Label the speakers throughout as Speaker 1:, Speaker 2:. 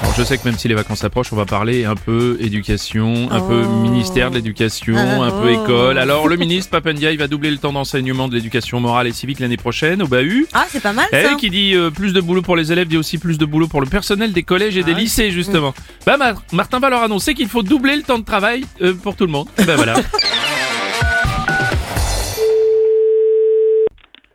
Speaker 1: Alors, je sais que même si les vacances approchent, on va parler un peu éducation, un
Speaker 2: Oh.
Speaker 1: peu ministère de l'éducation,
Speaker 2: Ah.
Speaker 1: un peu école. Alors le ministre Papendiaï va doubler le temps d'enseignement de l'éducation morale et civique l'année prochaine au BAHU.
Speaker 2: Ah, c'est pas mal
Speaker 1: Eh,
Speaker 2: ça.
Speaker 1: qui dit euh, plus de boulot pour les élèves dit aussi plus de boulot pour le personnel des collèges
Speaker 2: Ah
Speaker 1: et des lycées
Speaker 2: Mm.
Speaker 1: justement. Bah Mar- Martin va leur annoncer qu'il faut doubler le temps de travail euh, pour tout le monde. Bah voilà.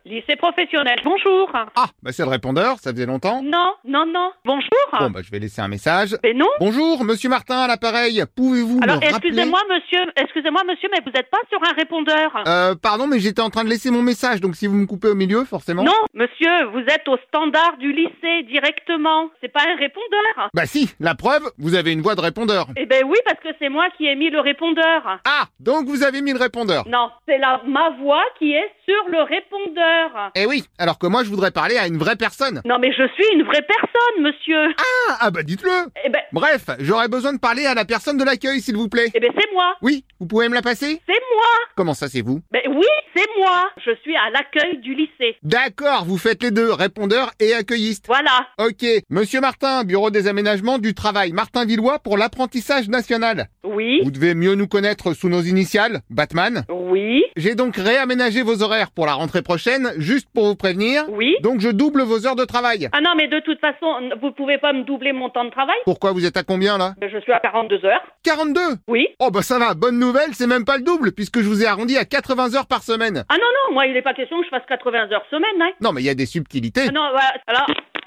Speaker 3: Lycée professionnel, bonjour.
Speaker 4: Ah, bah c'est le répondeur, ça faisait longtemps.
Speaker 3: Non, non, non, bonjour.
Speaker 4: Bon, bah je vais laisser un message.
Speaker 3: Mais non.
Speaker 4: Bonjour, monsieur Martin à l'appareil. Pouvez-vous me
Speaker 3: Alors,
Speaker 4: rappeler
Speaker 3: excusez-moi, monsieur, excusez-moi, monsieur, mais vous n'êtes pas sur un répondeur.
Speaker 4: Euh, pardon, mais j'étais en train de laisser mon message, donc si vous me coupez au milieu, forcément.
Speaker 3: non, monsieur, vous êtes au standard du lycée directement. C'est pas un répondeur.
Speaker 4: Bah si, la preuve, vous avez une voix de répondeur.
Speaker 3: Eh ben oui, parce que c'est moi qui ai mis le répondeur.
Speaker 4: Ah, donc vous avez mis le répondeur.
Speaker 3: Non, c'est la ma voix qui est sur le répondeur.
Speaker 4: Eh oui, alors que moi je voudrais parler à une vraie personne.
Speaker 3: Non, mais je suis une vraie personne, monsieur.
Speaker 4: Ah, ah bah dites-le.
Speaker 3: Eh ben,
Speaker 4: Bref, j'aurais besoin de parler à la personne de l'accueil, s'il vous plaît.
Speaker 3: eh ben c'est moi.
Speaker 4: Oui, vous pouvez me la passer
Speaker 3: C'est moi.
Speaker 4: Comment ça, c'est vous
Speaker 3: Ben oui, c'est moi. Je suis à l'accueil du lycée.
Speaker 4: D'accord, vous faites les deux, répondeur et accueilliste.
Speaker 3: Voilà.
Speaker 4: Ok, Monsieur Martin, Bureau des aménagements du travail, Martin Villois pour l'apprentissage national.
Speaker 3: Oui.
Speaker 4: Vous devez mieux nous connaître sous nos initiales, Batman.
Speaker 3: Oui.
Speaker 4: J'ai donc réaménagé vos horaires pour la rentrée prochaine, juste pour vous prévenir.
Speaker 3: Oui.
Speaker 4: Donc je double vos heures de travail.
Speaker 3: Ah non, mais de toute façon, n- vous pouvez pas me doubler mon temps de travail.
Speaker 4: Pourquoi vous êtes à combien là
Speaker 3: Je suis à 42 heures.
Speaker 4: 42
Speaker 3: Oui.
Speaker 4: Oh bah ça va, bonne nouvelle, c'est même pas le double, puisque je vous ai arrondi à 80 heures par semaine.
Speaker 3: Ah non, non, moi, il n'est pas question que je fasse 80 heures semaine. Hein.
Speaker 4: Non mais il y a des subtilités.
Speaker 3: Ah non, voilà, alors...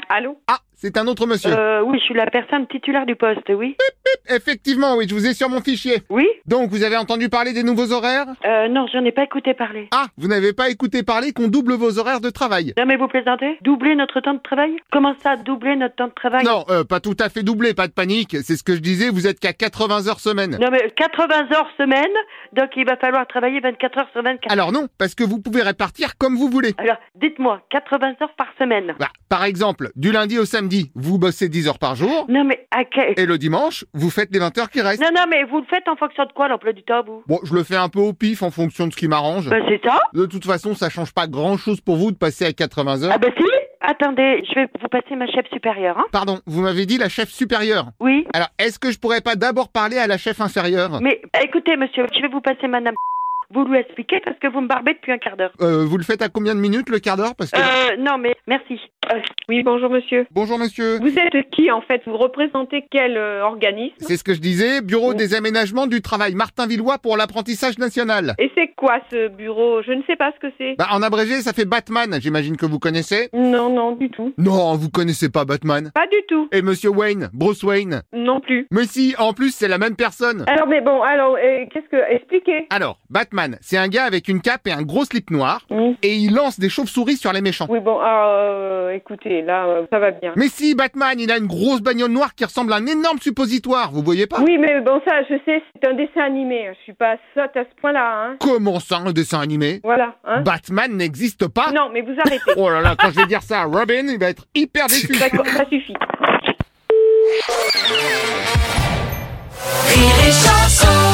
Speaker 3: Allô
Speaker 4: Ah, c'est un autre monsieur.
Speaker 3: euh, Oui, je suis la personne titulaire du poste, oui.
Speaker 4: Effectivement, oui, je vous ai sur mon fichier.
Speaker 3: Oui
Speaker 4: Donc vous avez entendu parler des nouveaux horaires
Speaker 3: euh, Non, j'en ai pas écouté parler.
Speaker 4: Ah, vous n'avez pas écouté parler qu'on double vos horaires de travail.
Speaker 3: Non, mais vous plaisantez Doubler notre temps de travail Comment ça, doubler notre temps de travail
Speaker 4: Non, euh, pas tout à fait doublé, pas de panique. C'est ce que je disais, vous êtes qu'à 80 heures semaine.
Speaker 3: Non, mais 80 heures semaine, donc il va falloir travailler 24 heures sur 24.
Speaker 4: Alors non, parce que vous pouvez répartir comme vous voulez.
Speaker 3: Alors, dites-moi, 80 heures par semaine
Speaker 4: Bah, par exemple, du lundi au samedi, vous bossez 10 heures par jour,
Speaker 3: Non, mais à quel...
Speaker 4: et le dimanche, vous faites les 20 heures qui restent.
Speaker 3: Non, non, mais vous le faites en fonction de quoi, l'emploi du temps, vous
Speaker 4: Bon, je le fais un peu au pif en fonction de ce qui m'arrange.
Speaker 3: Ben, c'est ça
Speaker 4: De toute façon, ça change pas grand-chose pour vous de passer à 80
Speaker 3: Ah
Speaker 4: heures.
Speaker 3: ben si Attendez, je vais vous passer ma chef supérieure, hein
Speaker 4: Pardon, vous m'avez dit la chef supérieure.
Speaker 3: Oui
Speaker 4: Alors, est-ce que je pourrais pas d'abord parler à la chef inférieure
Speaker 3: Mais bah, écoutez, monsieur, je vais vous passer madame... Vous lui expliquez parce que vous me barbez depuis un quart d'heure.
Speaker 4: euh, Vous le faites à combien de minutes le quart d'heure Parce que...
Speaker 3: Euh, non, mais merci. Euh.
Speaker 5: Oui, bonjour monsieur.
Speaker 4: Bonjour monsieur.
Speaker 5: Vous êtes qui en fait Vous représentez quel euh, organisme
Speaker 4: C'est ce que je disais, Bureau des aménagements du travail Martin Villois pour l'apprentissage national.
Speaker 5: Et c'est quoi ce bureau Je ne sais pas ce que c'est.
Speaker 4: Bah, en abrégé, ça fait Batman, j'imagine que vous connaissez.
Speaker 5: Non, non, du tout.
Speaker 4: Non, vous connaissez pas Batman.
Speaker 5: Pas du tout.
Speaker 4: Et Monsieur Wayne, Bruce Wayne.
Speaker 5: Non plus.
Speaker 4: Mais si, en plus, c'est la même personne.
Speaker 5: Alors, mais bon, alors, euh, qu'est-ce que. Expliquez.
Speaker 4: Alors, Batman, c'est un gars avec une cape et un gros slip noir,
Speaker 5: Mm.
Speaker 4: et il lance des chauves-souris sur les méchants.
Speaker 5: Oui, bon, alors, euh, écoutez, là, euh, ça va bien.
Speaker 4: Mais si, Batman, il a une grosse bagnole noire qui ressemble à un énorme suppositoire, vous voyez pas
Speaker 5: Oui, mais bon, ça, je sais, c'est un dessin animé. Je suis pas sotte à ce point-là, hein.
Speaker 4: Comment ça, un dessin animé
Speaker 5: Voilà, hein.
Speaker 4: Batman n'existe pas
Speaker 5: Non, mais vous arrêtez.
Speaker 4: Oh là là, quand je vais dire ça à Robin, il va être hyper déçu.
Speaker 5: D'accord, ça suffit.
Speaker 6: Rire et Chanson